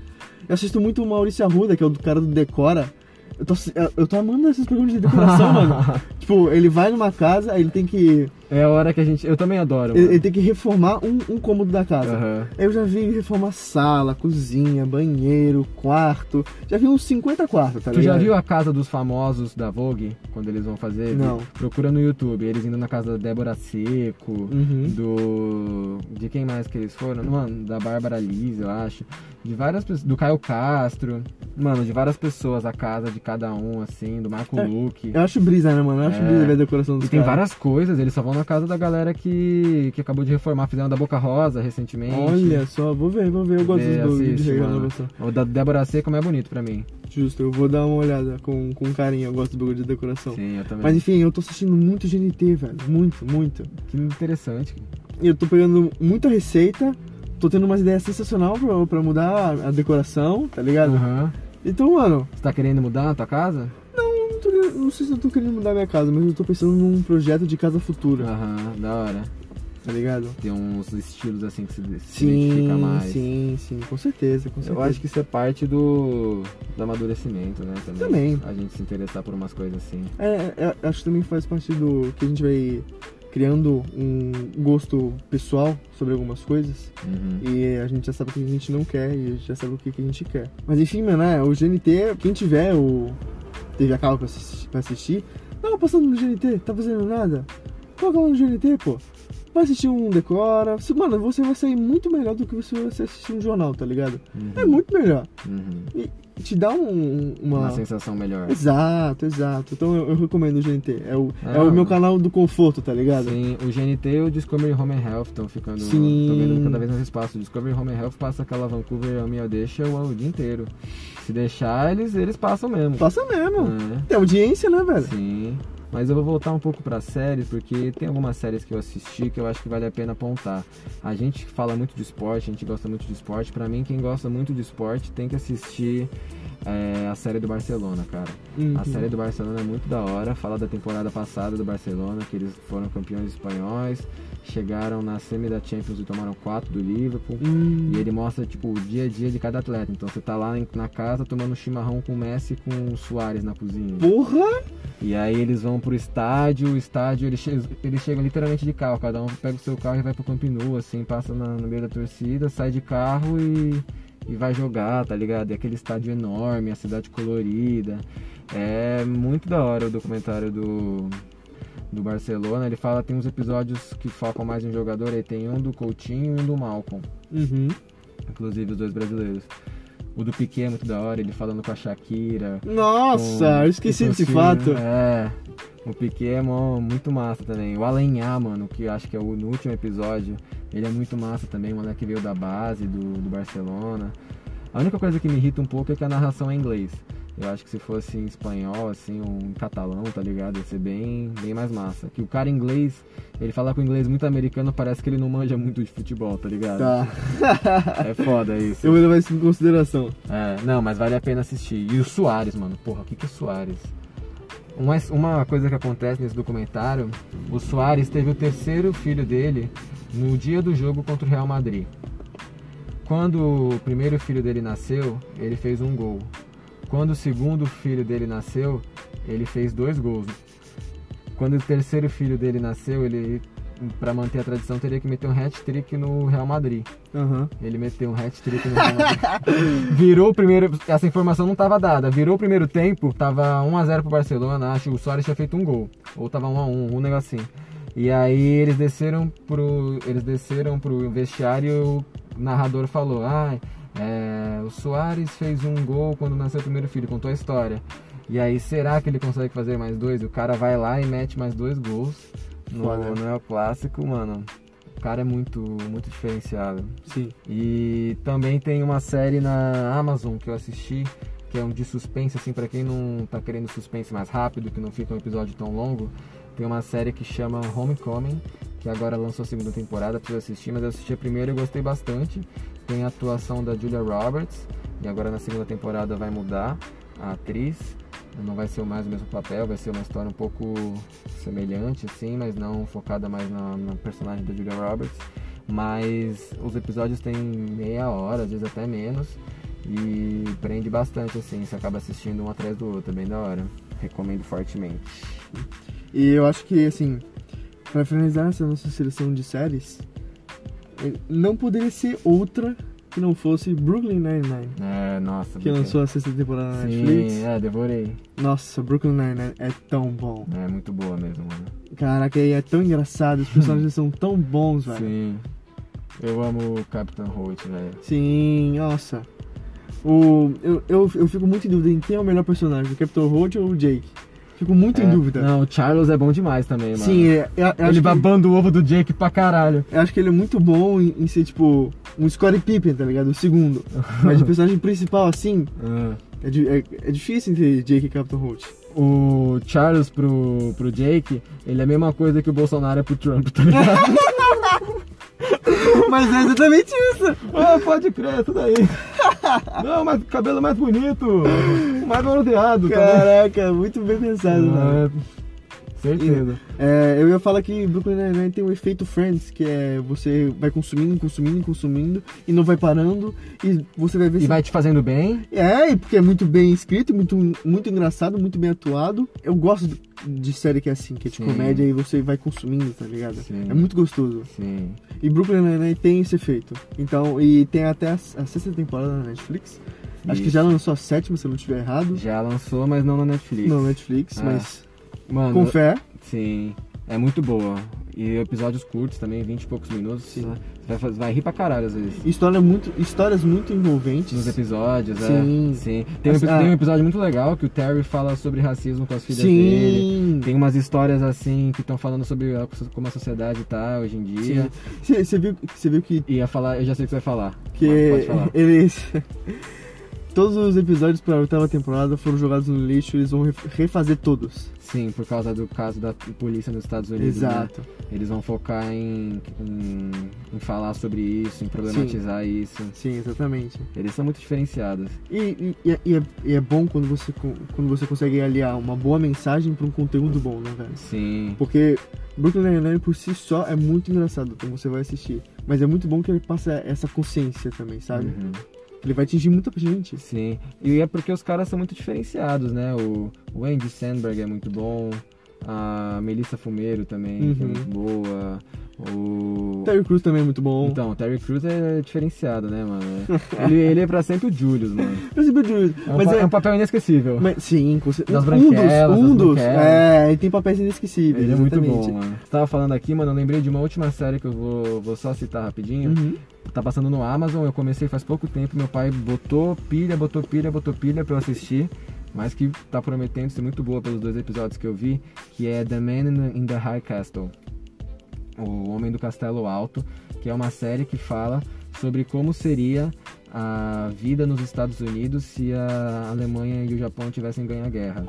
B: Eu assisto muito o Maurício Arruda, que é o do cara do Decora. Eu tô, assi- eu- eu tô amando esses programas de decoração, mano. Tipo, ele vai numa casa, aí ele tem que.
A: É a hora que a gente. Eu também adoro.
B: Ele,
A: mano.
B: ele tem que reformar um, um cômodo da casa.
A: Aham.
B: Eu já vi ele reformar sala, cozinha, banheiro, quarto. Já vi uns 50 quartos, tá
A: Tu já
B: ligado?
A: viu a casa dos famosos da Vogue? Quando eles vão fazer?
B: Não.
A: Procura no YouTube. Eles indo na casa da Débora Seco.
B: Uhum.
A: Do. De quem mais que eles foram? Mano, da Bárbara Liz, eu acho. De várias pessoas. Do Caio Castro. Mano, de várias pessoas, a casa de cada um, assim, do Marco
B: É,
A: Luque.
B: Eu acho brisa, né, mano? Eu acho
A: É.
B: brisa ver a decoração dos
A: E tem
B: caras.
A: várias coisas, eles só vão na casa da galera que, que acabou de reformar, fizeram da Boca Rosa recentemente.
B: Olha só, vou ver, vou ver. Eu gosto
A: Vê,
B: dos bagulho de né,
A: assiste, assim, mano.
B: renovação.
A: O da Débora Seco é bonito pra mim.
B: Justo, eu vou dar uma olhada com, com carinho. Eu gosto do bagulho de decoração.
A: Sim, eu também.
B: Então. Mas enfim, eu tô assistindo muito GNT, velho. Muito, muito.
A: Que interessante.
B: E eu tô pegando muita receita. Tô tendo umas ideias sensacional pra, pra mudar a, a decoração, tá ligado?
A: Aham.
B: Então, mano,
A: Você tá querendo mudar a tua casa?
B: não, tô querendo- não sei se eu tô querendo mudar minha casa, mas eu tô pensando num projeto de casa futura,
A: Aham, da hora.
B: tá ligado?
A: Tem uns estilos assim que se, Ah. se identifica
B: Sim,
A: mais.
B: sim, sim, com certeza, com certeza.
A: Eu acho que isso é parte do, do amadurecimento, né? Também.
B: Também.
A: A gente se interessar por umas coisas assim.
B: É, é, acho que também faz parte do que a gente vai criando um gosto pessoal sobre algumas coisas.
A: Uhum.
B: E a gente já sabe o que a gente não quer e a gente já sabe o que, que a gente quer. Mas enfim, mano, é, o GNT, quem tiver o TV a cabo pra assistir, pra assistir, não, passando no GNT, tá fazendo nada? Coloca lá no GNT, pô. Vai assistir um Decora. Você- Mano, você vai sair muito melhor do que você vai assistir um jornal, tá ligado? É
A: uhum,
B: muito melhor.
A: uhum.
B: Te dá um,
A: Uma sensação melhor.
B: Exato, exato. Então eu, eu recomendo o GNT. É o, é
A: Ah,
B: o meu
A: mano.
B: canal do conforto, tá ligado?
A: Sim, o GNT e o Discovery Home and Health estão ficando
B: Sim.
A: tão ganhando cada vez mais espaço. O Discovery Home and Health passa aquela Vancouver Meal Deixa o dia inteiro. Se deixar, eles, eles passam mesmo.
B: Passa mesmo.
A: É,
B: Tem audiência, né, velho?
A: sim. Mas eu vou voltar um pouco pra séries, porque tem algumas séries que eu assisti que eu acho que vale a pena apontar. A gente que fala muito de esporte, a gente gosta muito de esporte. Pra mim, quem gosta muito de esporte tem que assistir é, a série do Barcelona, cara.
B: Uhum.
A: A série do Barcelona é muito da hora, fala da temporada passada do Barcelona, que eles foram campeões espanhóis, chegaram na semi da Champions e tomaram 4 do Liverpool.
B: Hum,
A: E ele mostra, tipo, o dia a dia de cada atleta. Então você tá lá em- na casa tomando chimarrão com o Messi e com o Soares na cozinha.
B: Porra!
A: E aí eles vão pro estádio, o estádio, eles, che- eles chegam literalmente de carro, cada um pega o seu carro e vai pro Camp Nou, assim, passa na, no meio da torcida, sai de carro e, e vai jogar, tá ligado? E aquele estádio enorme, a cidade colorida. É muito da hora o documentário do, do Barcelona. Ele fala, tem uns episódios que focam mais em jogador, aí tem um do Coutinho e um do Malcolm
B: Uhum.
A: inclusive os dois brasileiros. O do Piquet é muito da hora, ele falando com a Shakira.
B: Nossa,
A: com-
B: eu esqueci
A: com o
B: desse
A: filho.
B: fato.
A: É. O Piquet é mó- muito massa também. O Alenhá, mano, que eu acho que é o no último episódio, ele é muito massa também, o moleque veio da base do, do Barcelona. A única coisa que me irrita um pouco é que a narração é em inglês. Eu acho que se fosse em espanhol, assim, ou em catalão, tá ligado? Ia ser bem, bem mais massa. Que o cara em inglês, ele fala com inglês muito americano, parece que ele não manja muito de futebol, tá ligado?
B: Tá.
A: É foda isso.
B: eu vou levar isso em consideração.
A: É, não, mas vale a pena assistir. E o Soares, mano. Porra, o que, que é o Soares? Uma, uma coisa que acontece nesse documentário, o Soares teve o terceiro filho dele no dia do jogo contra o Real Madrid. Quando o primeiro filho dele nasceu, ele fez um gol. Quando o segundo filho dele nasceu, ele fez dois gols. Quando o terceiro filho dele nasceu, ele, para manter a tradição, teria que meter um hat-trick no Real Madrid.
B: Aham.
A: Ele meteu um hat-trick no Real Madrid. Virou o primeiro... Essa informação não estava dada. Virou o primeiro tempo, tava 1x0 pro Barcelona. Acho que o Soares tinha feito um gol. Ou tava 1x1, um negocinho. E aí eles desceram pro... Eles desceram pro vestiário e o narrador falou... Ai, é, o Soares fez um gol quando nasceu o primeiro filho. Contou a história. E aí, será que ele consegue fazer mais dois? O cara vai lá e mete mais dois gols no,
B: Foda.
A: no El Clássico, mano. O cara é muito, muito diferenciado.
B: Sim.
A: E também tem uma série na Amazon que eu assisti, que é um de suspense, assim, para quem não tá querendo suspense mais rápido, que não fica um episódio tão longo, tem uma série que chama Homecoming, que agora lançou a segunda temporada, preciso assistir, mas eu assisti a primeira e gostei bastante. Tem a atuação da Julia Roberts, e agora na segunda temporada vai mudar a atriz. Não vai ser mais o mesmo papel, vai ser uma história um pouco semelhante, assim, mas não focada mais na, na personagem da Julia Roberts. Mas os episódios têm meia hora, às vezes até menos, e prende bastante, assim, você acaba assistindo um atrás do outro, é bem da hora. Recomendo fortemente.
B: E eu acho que, assim, pra finalizar essa nossa seleção de séries, eh, não poderia ser outra que não fosse Brooklyn Nine-Nine,
A: É, nossa,
B: que
A: muito-
B: lançou a sexta temporada na
A: Sim,
B: Netflix.
A: é, devorei.
B: Nossa, Brooklyn Nine-Nine é tão bom.
A: É muito boa mesmo, mano.
B: Caraca, e é tão engraçado, os personagens são tão bons, velho.
A: Sim. Eu amo o Capitão Holt, velho.
B: Sim, nossa. O, eu, eu, eu fico muito em dúvida em quem é o melhor personagem, o Capitão Holt ou o Jake. Fico muito em
A: É,
B: dúvida.
A: Não, o Charles é bom demais também, mano.
B: Sim, é, eu, eu acho
A: ele
B: que,
A: babando o ovo do Jake pra caralho.
B: eu acho que ele é muito bom em, em ser, tipo, um Scottie Pippen, tá ligado? O segundo. Mas o personagem principal, assim, é, di- é, é difícil entre Jake e Capitão Holt.
A: O Charles pro, pro Jake, ele é a mesma coisa que o Bolsonaro é pro Trump, tá ligado?
B: Mas é exatamente isso.
A: ah, pode crer, tudo aí. Não, mas o cabelo mais bonito, o mais marodeado, tá
B: Caraca, muito bem pensado,
A: ligado?
B: mano.
A: É, certeza.
B: É, eu ia falar que Brooklyn Nine-Nine tem o efeito Friends, que é você vai consumindo, consumindo, consumindo, e não vai parando, e você vai ver
A: E
B: se-
A: vai te fazendo bem.
B: É, e porque é muito bem escrito, muito, muito engraçado, muito bem atuado. Eu gosto de, de série que é assim, que é de
A: Sim.
B: comédia e você vai consumindo, tá ligado?
A: Sim.
B: É muito gostoso.
A: Sim.
B: E Brooklyn Nine-Nine tem esse efeito. Então, e tem até a, a sexta temporada na Netflix. Acho que
A: Isso.
B: já lançou a sétima, se eu não estiver errado.
A: Já lançou, mas não na Netflix.
B: Não, Netflix,
A: Ah.
B: mas
A: Mano,
B: com fé.
A: Sim, é muito boa. E episódios curtos também, 20 e poucos minutos.
B: Sim.
A: né? Você vai, faz- vai rir pra caralho às vezes.
B: História muito, histórias muito envolventes.
A: Nos episódios,
B: Sim.
A: é. Sim. Tem um,
B: Mas,
A: epi-
B: ah.
A: tem um episódio muito legal que o Terry fala sobre racismo com as filhas dele.
B: Sim.
A: Tem umas histórias assim que estão falando sobre a- como a sociedade tá hoje em dia.
B: Você viu, cê viu que
A: E ia falar, eu já sei o que você vai falar.
B: Que
A: Pode falar.
B: eles. Todos os episódios para a oitava temporada foram jogados no lixo, eles vão ref- refazer todos.
A: Sim, por causa do caso da polícia nos Estados Unidos. né?
B: Exato.
A: Eles vão focar em, em, em falar sobre isso, em problematizar isso.
B: Sim, exatamente.
A: Eles são muito diferenciados.
B: E, e- e é- e é, e é bom quando você, con- quando você consegue aliar uma boa mensagem para um conteúdo bom, né, velho?
A: Sim.
B: Porque Brooklyn Nine-Nine por si só é muito engraçado quando você vai assistir. Mas é muito bom que ele passa essa consciência também, sabe?
A: Uhum.
B: Ele vai atingir muita gente.
A: Sim, e é porque os caras são muito diferenciados, né? O, o Andy Sandberg é muito bom, a Melissa Fumeiro também, que é
B: Uhum.
A: muito boa. O.
B: Terry Crews também é muito bom.
A: Então, o Terry Crews é diferenciado, né, mano? Ele, ele é pra sempre o Julius, mano.
B: Mas é bem-
A: É um,
B: mas
A: pa-
B: é-
A: é um papel inesquecível.
B: Mas, sim, com certeza.
A: Das
B: um dos,
A: branquelas,
B: um
A: das
B: dos.
A: branquelas.
B: É, ele tem papéis inesquecíveis.
A: Ele é muito
B: exatamente.
A: bom, mano. Você tava falando aqui, mano, eu lembrei de uma última série que eu vou, vou só citar rapidinho.
B: Uhum.
A: Tá passando no Amazon, eu comecei faz pouco tempo, meu pai botou pilha, botou pilha, botou pilha pra eu assistir, mas que tá prometendo ser muito boa pelos dois episódios que eu vi, que é The Man in the- in the High Castle. O Homem do Castelo Alto, que é uma série que fala sobre como seria a vida nos Estados Unidos se a Alemanha e o Japão tivessem ganho a guerra.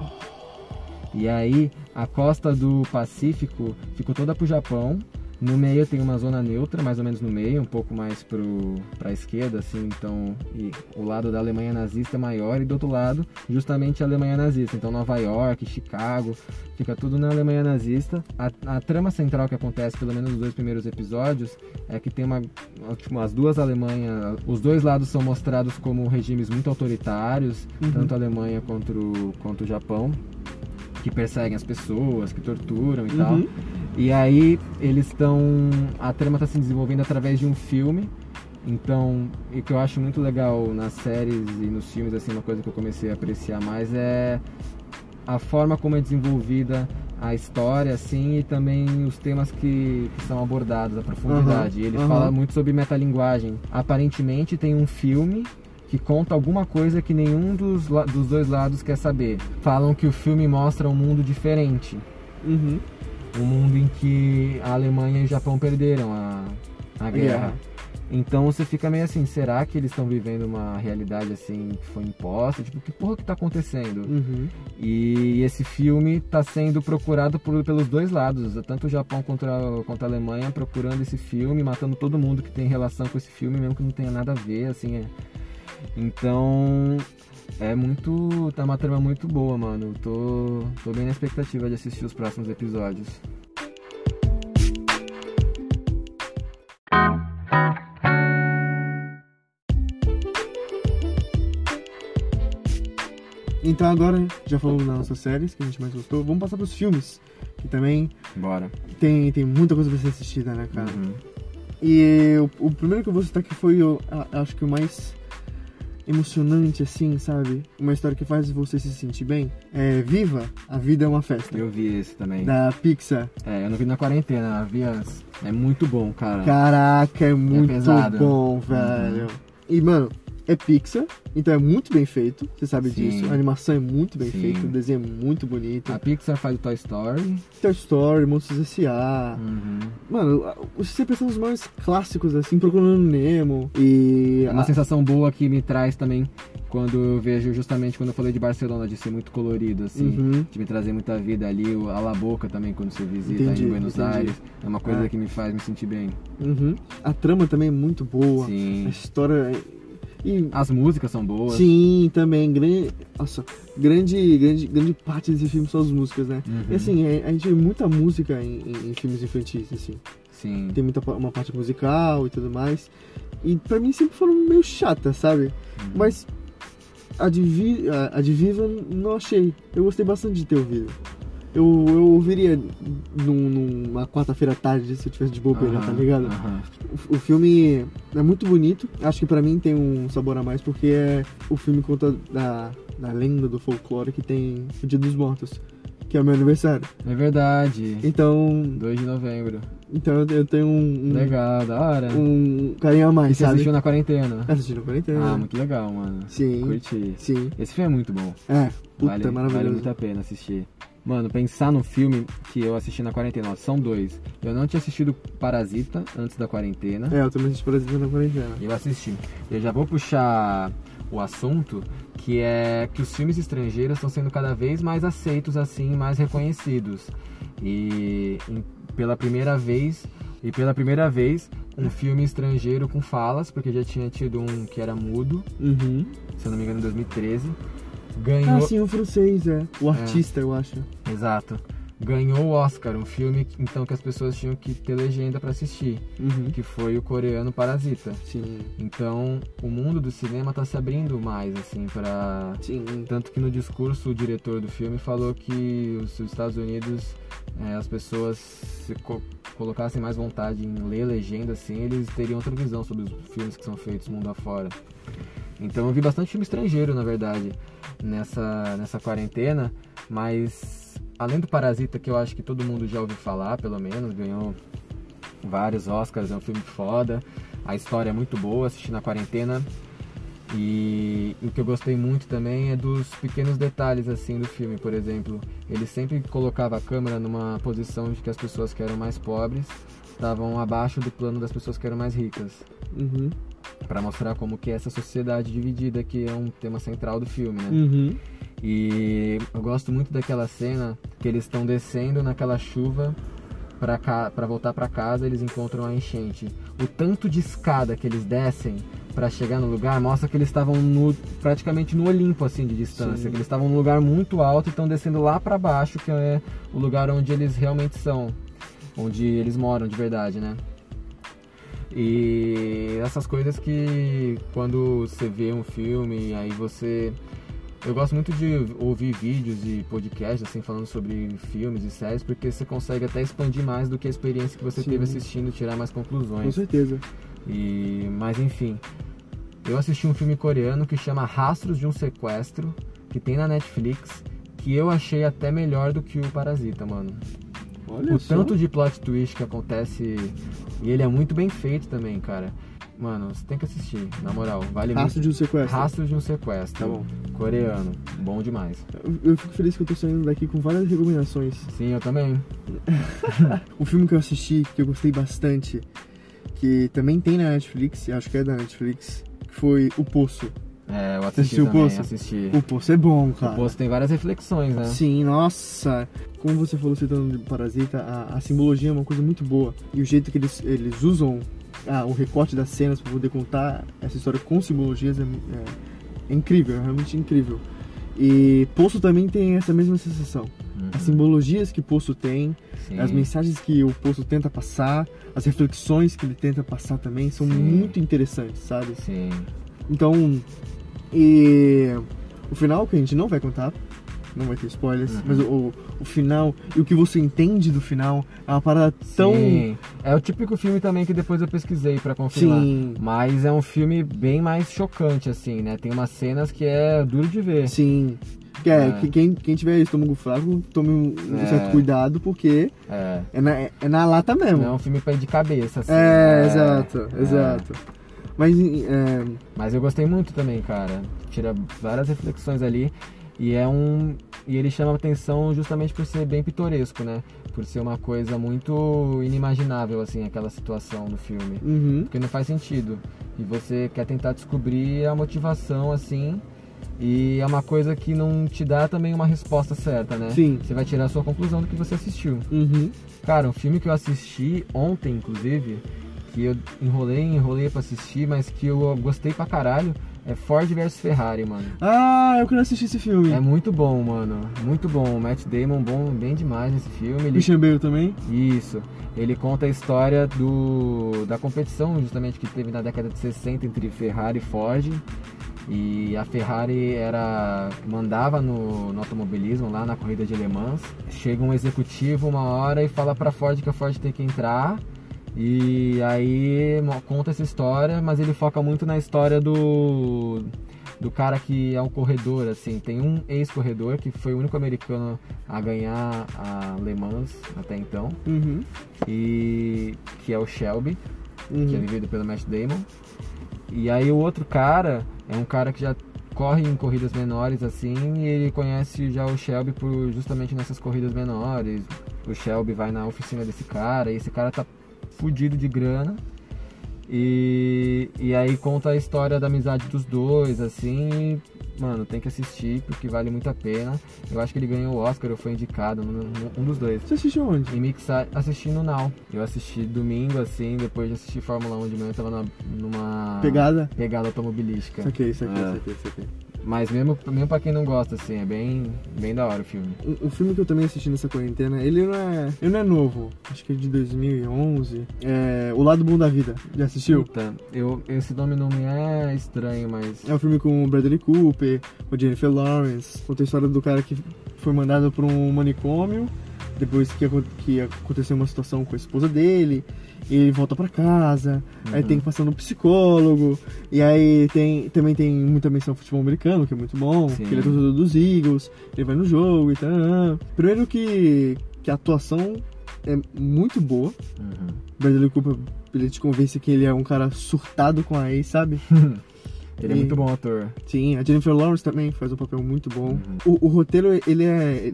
A: E aí, a costa do Pacífico ficou toda pro Japão. No meio tem uma zona neutra, mais ou menos no meio, um pouco mais pro, pra esquerda, assim, então e o lado da Alemanha nazista é maior e do outro lado, justamente a Alemanha nazista. Então Nova York, Chicago, fica tudo na Alemanha nazista. A, a trama central que acontece, pelo menos nos dois primeiros episódios, é que tem uma. tipo, as duas Alemanhas. Os dois lados são mostrados como regimes muito autoritários,
B: Uhum.
A: tanto a Alemanha quanto, o- quanto o Japão que perseguem as pessoas, que torturam e tal.
B: Uhum.
A: E aí eles estão. A trama está se desenvolvendo através de um filme. Então, e o que eu acho muito legal nas séries e nos filmes, assim, uma coisa que eu comecei a apreciar mais é a forma como é desenvolvida a história, assim, e também os temas que, que são abordados, a profundidade.
B: Aham,
A: Ele
B: aham.
A: fala muito sobre metalinguagem. Aparentemente tem um filme que conta alguma coisa que nenhum dos, la- dos dois lados quer saber. Falam que o filme mostra um mundo diferente.
B: Uhum.
A: o mundo em que a Alemanha e o Japão perderam a, a guerra.
B: guerra.
A: Então você fica meio assim, será que eles estão vivendo uma realidade assim que foi imposta? Tipo, que porra que tá acontecendo?
B: Uhum.
A: E esse filme está sendo procurado por- pelos dois lados, tanto o Japão contra, contra a Alemanha procurando esse filme, matando todo mundo que tem relação com esse filme, mesmo que não tenha nada a ver, assim. é. Então é muito, tá uma trama muito boa, mano. Tô, tô bem na expectativa de assistir os próximos episódios.
B: Então agora já falamos das nossas séries que a gente mais gostou. Vamos passar pros filmes, que também
A: Bora.
B: tem, tem muita coisa pra ser assistida, né, cara?
A: Uhum.
B: E o, o primeiro que eu vou citar que foi, eu a- acho que o mais emocionante, assim, sabe? Uma história que faz você se sentir bem. É Viva, a vida é uma festa.
A: Eu vi esse também.
B: Da Pixar.
A: É, eu não vi na quarentena, vi as... É muito bom, cara.
B: Caraca, é muito
A: pesado. Uhum.
B: bom, velho. E, mano, é Pixar, então é muito bem feito, você sabe
A: Sim.
B: disso. A animação é muito bem
A: Sim. Ah.
B: feita, o desenho é muito bonito.
A: A Pixar faz o Toy Story.
B: Toy Story, Monstros S.A.
A: Uhum.
B: Mano, a- se você pensar nos é um maiores clássicos, assim, Procurando Nemo e...
A: É uma
B: a-
A: sensação boa que me traz também quando eu vejo, justamente quando eu falei de Barcelona, de ser muito colorido, assim.
B: Uhum.
A: De me trazer muita vida ali, o- a La Boca também, quando você visita
B: Entendi,
A: em Buenos
B: entendi.
A: Aires. É uma coisa
B: Ah.
A: que me faz me sentir bem.
B: Uhum. A trama também é muito boa. A
A: Sim. Ah,
B: história. é- E,
A: As músicas são boas.
B: sim, também. Grande, nossa, grande, grande, grande parte desse filme são as músicas, né?
A: Uhum.
B: E assim, é- a gente vê muita música em, em- em filmes infantis, assim.
A: Sim.
B: Tem muita pa- uma parte musical e tudo mais. E pra mim sempre foram meio chatas, sabe? Mas a de, Vi- a- a de Viva não achei. Eu gostei bastante de ter ouvido. Eu, eu ouviria num- numa quarta-feira à tarde se eu tivesse de bobeira,
A: Aham,
B: tá ligado?
A: aham.
B: O filme é muito bonito. Acho que pra mim tem um sabor a mais porque é o filme conta da, da lenda do folclore que tem o Dia dos Mortos, que é o meu aniversário.
A: É verdade.
B: Então,
A: 2 de novembro.
B: então eu- eu tenho um, um-
A: Legal, da hora.
B: um carinho a
A: E
B: mais,
A: você
B: sabe? Tá
A: assistiu na quarentena?
B: Assistindo 40
A: Ah,
B: anos.
A: muito legal, mano.
B: Sim,
A: Curti.
B: sim.
A: Esse filme é muito bom.
B: É, puta,
A: vale, vale
B: maravilhoso.
A: muito a pena assistir. Mano, pensar no filme que eu assisti na quarentena, ó, são dois. Eu não tinha assistido Parasita antes da quarentena.
B: É, eu também assisti Parasita na quarentena.
A: Eu assisti. Eu já vou puxar o assunto, que é que os filmes estrangeiros estão sendo cada vez mais aceitos assim, mais reconhecidos. E em- pela primeira vez, e pela primeira vez, um filme estrangeiro com falas, porque já tinha tido um que era mudo,
B: Uhum.
A: se eu não me engano, em 2013,
B: Ah,
A: ganhou
B: sim, o francês, é. O artista, eu acho.
A: Exato. Ganhou o Oscar, um filme então que as pessoas tinham que ter legenda pra assistir,
B: Uhum.
A: que foi o coreano Parasita.
B: Sim,
A: Então, o mundo do cinema tá se abrindo mais assim para
B: sim. então.
A: tanto que no discurso o diretor do filme falou que os Estados Unidos eh, as pessoas se co- colocassem mais vontade em ler legenda assim, eles teriam outra visão sobre os filmes que são feitos mundo afora. Então eu vi bastante filme estrangeiro, na verdade, nessa, nessa quarentena, mas além do Parasita, que eu acho que todo mundo já ouviu falar, pelo menos, ganhou vários Oscars, é um filme foda, a história é muito boa, assisti na quarentena. E o que eu gostei muito também é dos pequenos detalhes assim do filme, por exemplo, ele sempre colocava a câmera numa posição de que as pessoas que eram mais pobres estavam abaixo do plano das pessoas que eram mais ricas.
B: Uhum.
A: Pra mostrar como que é essa sociedade dividida que é um tema central do filme, né?
B: Uhum.
A: E eu gosto muito daquela cena que eles estão descendo naquela chuva pra ca... para voltar pra casa, eles encontram a enchente. O tanto de escada que eles descem pra chegar no lugar mostra que eles estavam no... praticamente no Olimpo assim de distância,
B: Sim.
A: que eles estavam num lugar muito alto e estão descendo lá pra baixo, que é o lugar onde eles realmente são, onde eles moram de verdade, né? E essas coisas que quando você vê um filme, aí você. Eu gosto muito de ouvir vídeos e podcasts, assim, falando sobre filmes e séries, porque você consegue até expandir mais do que a experiência que você
B: Sim.
A: teve assistindo, tirar mais
B: Com
A: conclusões.
B: certeza.
A: E, mas enfim, eu assisti um filme coreano que chama Rastros de um Sequestro, que tem na Netflix, que eu achei até melhor do que o Parasita, mano.
B: Olha
A: O tanto de plot twist que acontece. E ele é muito bem feito também, cara. Mano, você tem que assistir, na moral. Vale
B: Rastro de um
A: muito.
B: sequestro.
A: Rastro de um
B: Tá
A: sequestro.
B: bom.
A: Coreano. Bom demais.
B: Eu- Eu fico feliz que eu tô saindo daqui com várias recomendações.
A: Sim, eu também.
B: Um filme que eu assisti, que eu gostei bastante, que também tem na Netflix, eu acho que é da Netflix, que foi O Poço.
A: É, eu assisti
B: Assistiu o
A: também,
B: Poço?
A: assisti.
B: O Poço é bom,
A: O
B: cara.
A: posto tem várias reflexões, né?
B: Sim, nossa. Como você falou citando de Parasita, a, a simbologia é uma coisa muito boa. E o jeito que eles, eles usam ah, o recorte das cenas para poder contar essa história com simbologias é, é- é incrível, é realmente incrível. E Poço também tem essa mesma sensação.
A: Uhum,
B: As simbologias que Poço tem,
A: sim.
B: as mensagens que o Poço tenta passar, as reflexões que ele tenta passar também são
A: Sim.
B: muito interessantes, sabe?
A: Sim.
B: Então, e o final que a gente não vai contar, não vai ter spoilers,
A: Uhum.
B: mas o- o, o final e o que você entende do final é uma parada tão.
A: Sim. É o típico filme também que depois eu pesquisei pra confirmar.
B: Sim,
A: Mas é um filme bem mais chocante, assim, né? Tem umas cenas que é duro de ver.
B: sim. Que é,
A: É.
B: que Quem, quem tiver estômago fraco, tome um, um
A: É.
B: certo cuidado, porque
A: É.
B: é na, é, é na lata mesmo.
A: Não é um filme pra ir de cabeça, assim.
B: é,
A: né?
B: exato, exato. Mas é,
A: Mas eu gostei muito também, cara. Tira várias reflexões ali. E é um. E ele chama atenção justamente por ser bem pitoresco, né? Por ser uma coisa muito inimaginável, assim, aquela situação do filme.
B: uhum,
A: Porque não faz sentido. E você quer tentar descobrir a motivação, assim. E é uma coisa que não te dá também uma resposta certa, né?
B: Sim.
A: Você vai tirar a sua conclusão do que você assistiu.
B: uhum.
A: Cara, um filme que eu assisti ontem, inclusive, que eu enrolei, enrolei pra assistir, mas que eu gostei pra caralho, é Ford vs Ferrari, mano.
B: Ah, eu quero assistir esse filme.
A: É muito bom, mano. Muito bom. O Matt Damon, bom, bem demais nesse filme. Ele-
B: Christian Bale também?
A: Isso. Ele conta a história do... da competição, justamente, que teve na década de 60 entre Ferrari e Ford. E a Ferrari era mandava no, no automobilismo lá na corrida de Le Mans. Chega um executivo uma hora e fala pra Ford que a Ford tem que entrar. E aí mo- conta essa história, mas ele foca muito na história do do cara que é um corredor, assim, tem um ex-corredor que foi o único americano a ganhar a Le Mans até então,
B: Uhum.
A: e que é o Shelby que é
B: uhum.
A: vivido pelo Matt Damon. E aí o outro cara é um cara que já corre em corridas menores assim, e ele conhece já o Shelby por justamente nessas corridas menores. O Shelby vai na oficina desse cara, e esse cara tá fudido de grana. E, e aí conta a história da amizade dos dois, assim, e, mano, tem que assistir porque vale muito a pena. Eu acho que ele ganhou o Oscar ou foi indicado, um- um dos dois
B: Você assistiu onde?
A: e mixar assistindo Now. Eu assisti domingo, assim, depois de assistir Fórmula 1 de manhã, eu tava na- numa
B: Pegada?
A: pegada automobilística.
B: Saquei, saquei,
A: É.
B: saquei, saquei.
A: Mas mesmo, mesmo pra quem não gosta, assim, é bem, bem da hora o filme.
B: Um, um filme que eu também assisti nessa quarentena, ele não é, ele não é novo, acho que é de 2011. É O Lado Bom da Vida, já assistiu?
A: Puta, eu, esse nome não me é estranho, mas.
B: É um filme com o Bradley Cooper, com a Jennifer Lawrence. Conta a história do cara que foi mandado para um manicômio, depois que, acon- que aconteceu uma situação com a esposa dele, e ele volta para casa, aí
A: Uhum.
B: tem que passar no psicólogo, e aí tem, também tem muita menção ao futebol americano, que é muito bom,
A: Sim.
B: que ele é torcedor dos Eagles, ele vai no jogo e tal. Primeiro que, que a atuação é muito boa,
A: Uhum.
B: Bradley Cooper ele te convence que ele é um cara surtado com a ex, sabe?
A: Ele é
B: E-
A: muito bom ator.
B: Sim, a Jennifer Lawrence também faz um papel muito bom.
A: Uhum.
B: O, o roteiro, ele é.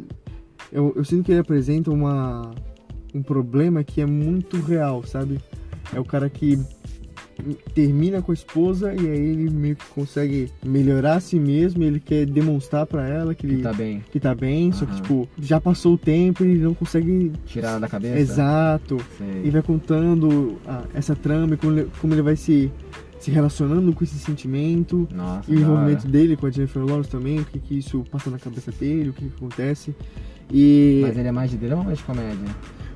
B: Eu, eu sinto que ele apresenta uma, um problema que é muito real, sabe? É o cara que termina com a esposa e aí ele meio que consegue melhorar a si mesmo, e ele quer demonstrar pra ela que ele
A: Tá bem.
B: que tá bem, só que
A: Aham.
B: tipo, já passou o tempo e ele não consegue.
A: Tirar da cabeça?
B: Exato e
A: Sei.
B: vai contando ah, essa trama e como ele, como ele vai se, se relacionando com esse sentimento
A: Nossa,
B: e o
A: da hora.
B: envolvimento dele com a Jennifer Lawrence também, o que, que isso passa na cabeça dele, o que, que acontece. E,
A: Mas ele é mais de drama ou mais de comédia?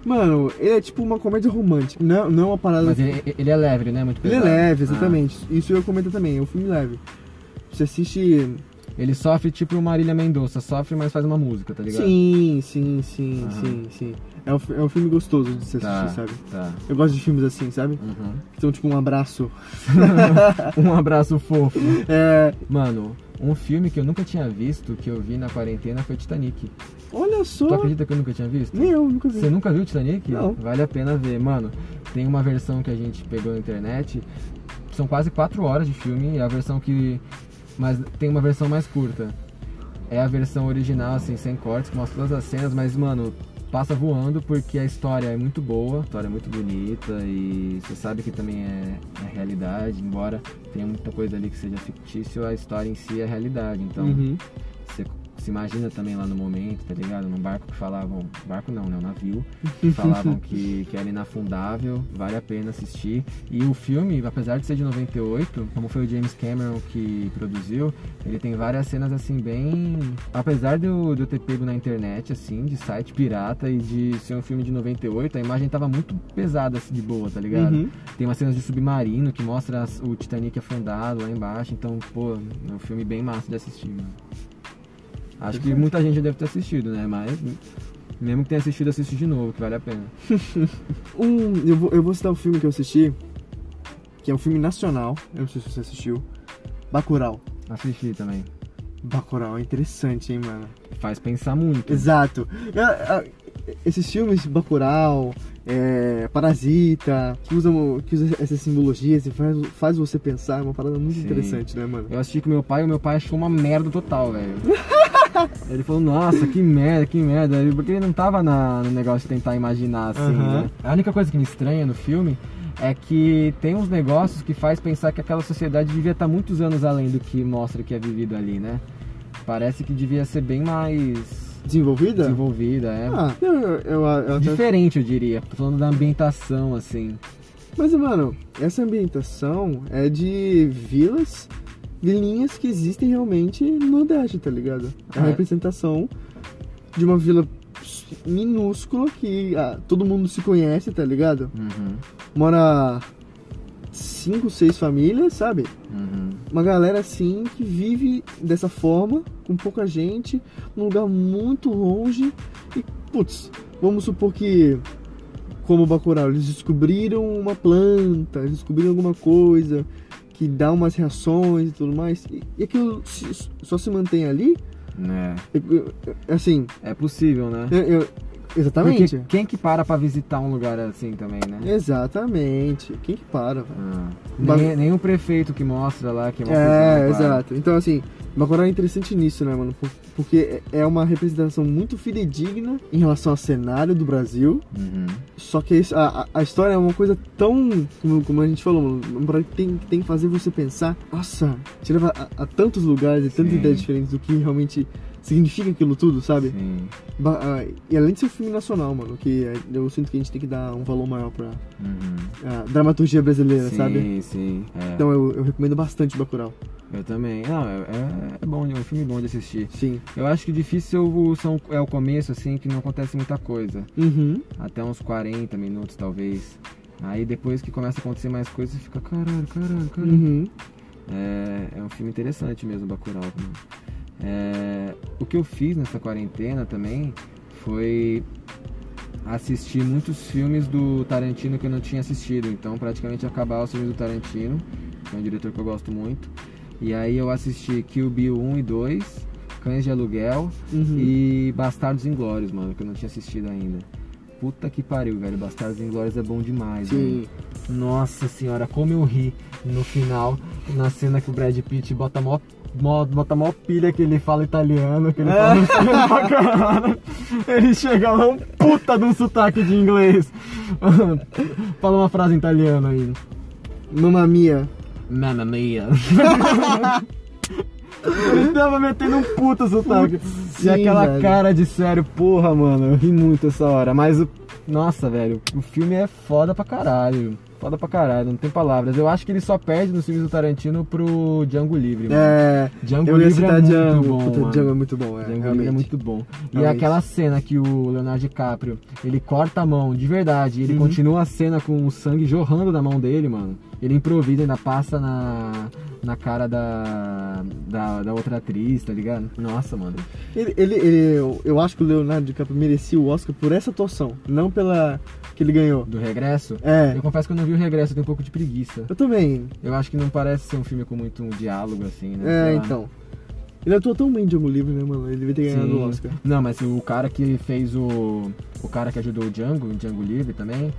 B: mano, ele é tipo uma comédia romântica, não, não é uma parada.
A: Mas ele, ele é leve, né? Muito
B: Ele é
A: pesado.
B: leve,
A: Ah.
B: exatamente. Isso eu comento também, é um filme leve. Você assiste.
A: Ele sofre tipo o Marília Mendonça, sofre, mas faz uma música, tá ligado?
B: Sim, sim, sim,
A: Aham.
B: sim, sim. É um, fi- é um filme gostoso de se
A: Ah. Tá,
B: assistir, sabe?
A: tá.
B: Eu gosto de filmes assim, sabe?
A: Uhum.
B: Que são tipo um abraço.
A: Um abraço fofo.
B: É.
A: Mano, um filme que eu nunca tinha visto, que eu vi na quarentena, foi Titanic.
B: Olha
A: Tu
B: só!
A: acredita que eu nunca tinha visto?
B: Nem eu, nunca vi.
A: Você nunca viu Titanic?
B: Não.
A: Vale a pena ver. Mano, tem uma versão que a gente pegou na internet são quase 4 horas de filme, é a versão que. Mas tem uma versão mais curta. É a versão original, assim, sem cortes, que mostra todas as cenas, mas, mano, passa voando porque a história é muito boa, a história é muito bonita e você sabe que também é, é realidade, embora tenha muita coisa ali que seja fictício, a história em si é realidade. Então,
B: Uhum.
A: você se imagina também lá no momento, tá ligado? Num barco que falavam. Barco não, né? Um navio. Que falavam que, que era inafundável, vale a pena assistir. E o filme, apesar de ser de 98, como foi o James Cameron que produziu, ele tem várias cenas assim, bem. Apesar de eu, de eu ter pego na internet, assim, de site pirata e de ser um filme de 98, a imagem tava muito pesada, assim, de boa, tá ligado?
B: Uhum.
A: Tem umas cenas de submarino que mostra as- o Titanic afundado lá embaixo. Então, pô, é um filme bem massa de assistir, mano. Acho que muita gente já deve ter assistido, né? Mas, mesmo que tenha assistido, assiste de novo, que vale a pena.
B: Um, eu, vou, eu vou citar um filme que eu assisti, que é um filme nacional, eu não sei se você assistiu, Bacurau.
A: Assistir também.
B: Bacurau é interessante, hein, mano?
A: Faz pensar muito. né?
B: Exato. Ah, ah, Esses filmes, Bacurau, é, Parasita, que usam, que usam essas simbologias e faz, faz você pensar, é uma parada muito
A: Sim.
B: interessante, né, mano?
A: Eu assisti com meu pai e o meu pai achou uma merda total, velho. ele falou, nossa, que merda, que merda. Ele- Porque ele não tava na- no negócio de tentar imaginar, assim,
B: Aham.
A: né? A única coisa que me estranha no filme é que tem uns negócios que faz pensar que aquela sociedade devia estar muitos anos além do que mostra que é vivido ali, né? Parece que devia ser bem mais
B: Desenvolvida?
A: desenvolvida, é.
B: Ah, eu, eu, eu, eu até-
A: Diferente, eu diria. Tô falando da ambientação, assim.
B: Mas, mano, essa ambientação é de vilas, vilinhas que existem realmente no Nordeste, tá ligado? É a
A: Ah, é?
B: representação de uma vila minúscula que ah, todo mundo se conhece, tá ligado?
A: Uhum,
B: Mora cinco, seis famílias, sabe?
A: uhum.
B: Uma galera assim que vive dessa forma, com pouca gente, num lugar muito longe e, putz, vamos supor que, como o Bacurau, eles descobriram uma planta, eles descobriram alguma coisa que dá umas reações e tudo mais, e, e aquilo se- só se mantém ali,
A: É.
B: eu- eu- assim,
A: É possível, né?
B: eu- eu- exatamente.
A: Porque quem que para pra visitar um lugar assim também, né?
B: Exatamente. Quem que para, velho?
A: Ah,
B: Mas-
A: nem, nem o prefeito que mostra lá, que mostra
B: É,
A: o celular.
B: exato. Então, assim, Bacurau é interessante nisso, né, mano? Por- Porque é uma representação muito fidedigna em relação ao cenário do Brasil.
A: Uhum.
B: Só que isso- a, a- a história é uma coisa tão. Como, como a gente falou, mano, uma parada que tem, que tem que fazer você pensar. Nossa, te leva a, a tantos lugares é e tantas
A: Sim.
B: ideias diferentes do que realmente significa aquilo tudo, sabe?
A: Sim.
B: Ba- ah, e além de ser um filme nacional, mano, que eh, eu sinto que a gente tem que dar um valor maior pra
A: Uhum.
B: ah, dramaturgia brasileira,
A: sim,
B: sabe?
A: sim. É.
B: Então eu, eu recomendo bastante Bacurau.
A: Eu também. Não, é, é- é bom, é um filme bom de assistir.
B: Sim.
A: Eu acho que difícil o- são, é o começo, assim, que não acontece muita coisa.
B: Uhum.
A: Até uns 40 minutos, talvez. Aí depois que começa a acontecer mais coisas, você fica, caralho, caralho, caralho.
B: Uhum.
A: É, é um filme interessante mesmo, Bacurau. mano. É, o que eu fiz nessa quarentena também foi assistir muitos filmes do Tarantino que eu não tinha assistido. Então, praticamente acabar os filmes do Tarantino, que é um diretor que eu gosto muito. E aí eu assisti Kill Bill 1 e 2, Cães de Aluguel
B: Uhum.
A: e Bastardos Inglórios, mano, que eu não tinha assistido ainda. Puta que pariu, velho. Bastardos Inglórios é bom demais, velho.
B: Sim.
A: Nossa senhora, como eu ri no final, na cena que o Brad Pitt bota mó, mó- bota mó pilha que ele fala italiano, que ele fala italiano pra caralho. Ele chega lá, um puta de um sotaque de inglês. fala uma frase em italiano aí.
B: Mamma mia.
A: Mamma mia. Ele tava metendo um puta sotaque.
B: Putz,
A: e aquela
B: velho.
A: cara de sério, porra, mano, eu ri muito essa hora. Mas, o- nossa, velho, o filme é foda pra caralho. Foda pra caralho, não tem palavras. Eu acho que ele só perde nos filmes do Tarantino pro Django Livre, mano.
B: É.
A: Django
B: Eu ia
A: Livre é
B: citar
A: muito
B: Django.
A: bom,
B: Puta,
A: mano.
B: Django é muito bom, é.
A: Django Livre
B: realmente.
A: é muito bom. E
B: Realmente.
A: aquela cena que o Leonardo DiCaprio, ele corta a mão, de verdade, ele
B: Uhum.
A: continua a cena com o sangue jorrando da mão dele, mano. Ele improvisa, ainda passa na, na cara da, da, da outra atriz, tá ligado? Nossa, mano.
B: Ele, ele, ele- eu, eu acho que o Leonardo DiCaprio merecia o Oscar por essa atuação, não pela que ele ganhou.
A: Do Regresso?
B: É.
A: Eu confesso que eu não vi o Regresso, eu tenho um pouco de preguiça.
B: Eu também.
A: Eu acho que não parece ser um filme com muito diálogo, assim, né?
B: É,
A: Sei lá.
B: então. Ele atuou tão bem em Django Livre, né, mano? Ele devia ter ganhado o
A: Sim.
B: Oscar.
A: Não, mas o cara que fez o. O cara que ajudou o Django, o Django Livre também,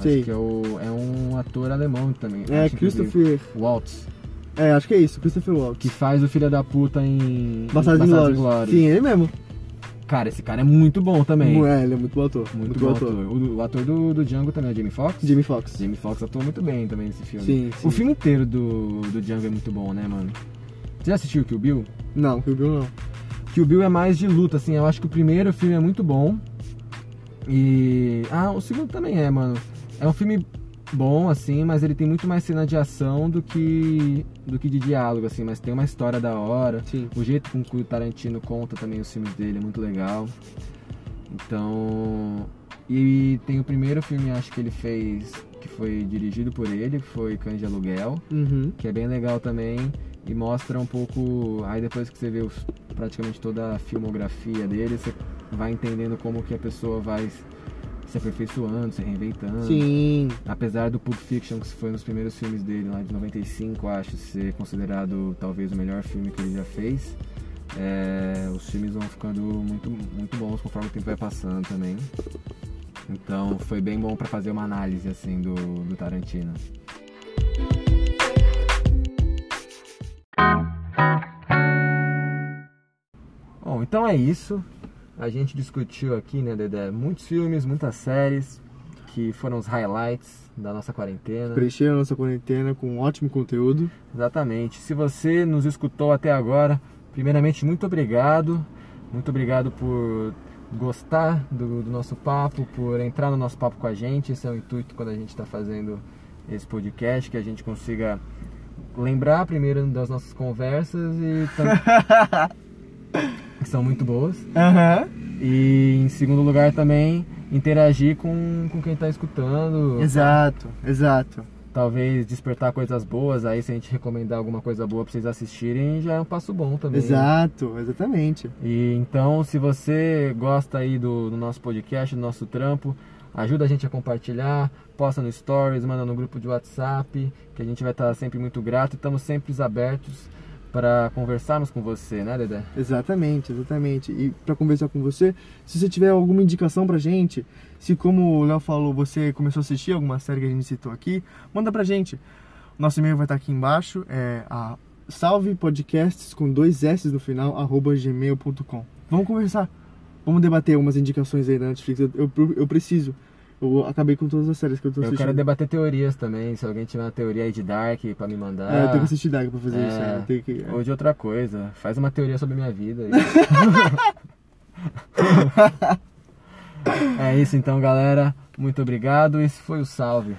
B: Sei.
A: Acho que é, o- é um ator alemão também.
B: É,
A: acho, inclusive.
B: Christopher.
A: Waltz,
B: É, acho que é isso, Christopher
A: que
B: Walken.
A: faz o filho da puta em.
B: Bastardos
A: Bastardos
B: Inglórios. Sim, ele mesmo.
A: Cara, esse cara é muito bom também.
B: Mu- É, ele é muito bom ator.
A: Muito, bom ator. O, o ator do, do Django também é o Jamie Foxx.
B: Jamie Foxx.
A: Jamie Foxx atuou muito bem também nesse filme.
B: Sim, sim.
A: O filme inteiro do, do Django é muito bom, né, mano? Você já assistiu o Kill Bill?
B: Não, Kill Bill não.
A: Kill Bill é mais de luta, assim. Eu acho que o primeiro filme é muito bom. E. Ah, o segundo também é, mano. É um filme bom, assim, mas ele tem muito mais cena de ação do que. do que de diálogo, assim, mas tem uma história da hora.
B: Sim.
A: O jeito com que o Tarantino conta também os filmes dele é muito legal. Então. E tem o primeiro filme, acho que ele fez, que foi dirigido por ele, que foi Cães de Aluguel
B: Uhum.
A: que é bem legal também e mostra um pouco aí depois que você vê os- praticamente toda a filmografia dele você vai entendendo como que a pessoa vai se aperfeiçoando se reinventando
B: Sim.
A: apesar do Pulp Fiction que foi um dos primeiros filmes dele lá de 95 acho ser considerado talvez o melhor filme que ele já fez é, os filmes vão ficando muito muito bons conforme o tempo vai passando também então foi bem bom pra fazer uma análise assim do, do Tarantino Bom, então é isso. A gente discutiu aqui, né, Dedé, muitos filmes, muitas séries que foram os highlights da nossa quarentena.
B: Preencheram a nossa quarentena com um ótimo conteúdo.
A: Exatamente. Se você nos escutou até agora, primeiramente, muito obrigado. Muito obrigado por gostar do, do nosso papo, por entrar no nosso papo com a gente. Esse é o intuito quando a gente está fazendo esse podcast, que a gente consiga lembrar primeiro das nossas conversas e tam- que são muito boas.
B: Aham.
A: E em segundo lugar também interagir com, com quem está escutando.
B: Exato, exato.
A: Talvez despertar coisas boas, aí se a gente recomendar alguma coisa boa pra vocês assistirem, já é um passo bom também.
B: Exato, exatamente.
A: E então, se você gosta aí do, do nosso podcast, do nosso trampo, ajuda a gente a compartilhar, posta no stories, manda no grupo de WhatsApp, que a gente vai estar sempre muito grato e estamos sempre abertos para conversarmos com você, né, Dedé?
B: Exatamente, exatamente. E pra conversar com você, se você tiver alguma indicação pra gente, se como o Léo falou, você começou a assistir alguma série que a gente citou aqui, manda pra gente. Nosso e-mail vai estar aqui embaixo, é a salve podcasts com dois S no final, arroba gmail.com. Vamos conversar. Vamos debater algumas indicações aí da Netflix. Eu, eu, eu preciso. Eu acabei com todas as séries que eu tô
A: Eu
B: assistindo.
A: quero debater teorias também, se alguém tiver uma teoria aí de Dark pra me mandar.
B: É, eu tenho que assistir Dark pra fazer
A: É.
B: isso. é, eu tenho que-
A: Ou de outra coisa. Faz uma teoria sobre a minha vida. aí. é isso então, galera. Muito obrigado. Esse foi o salve.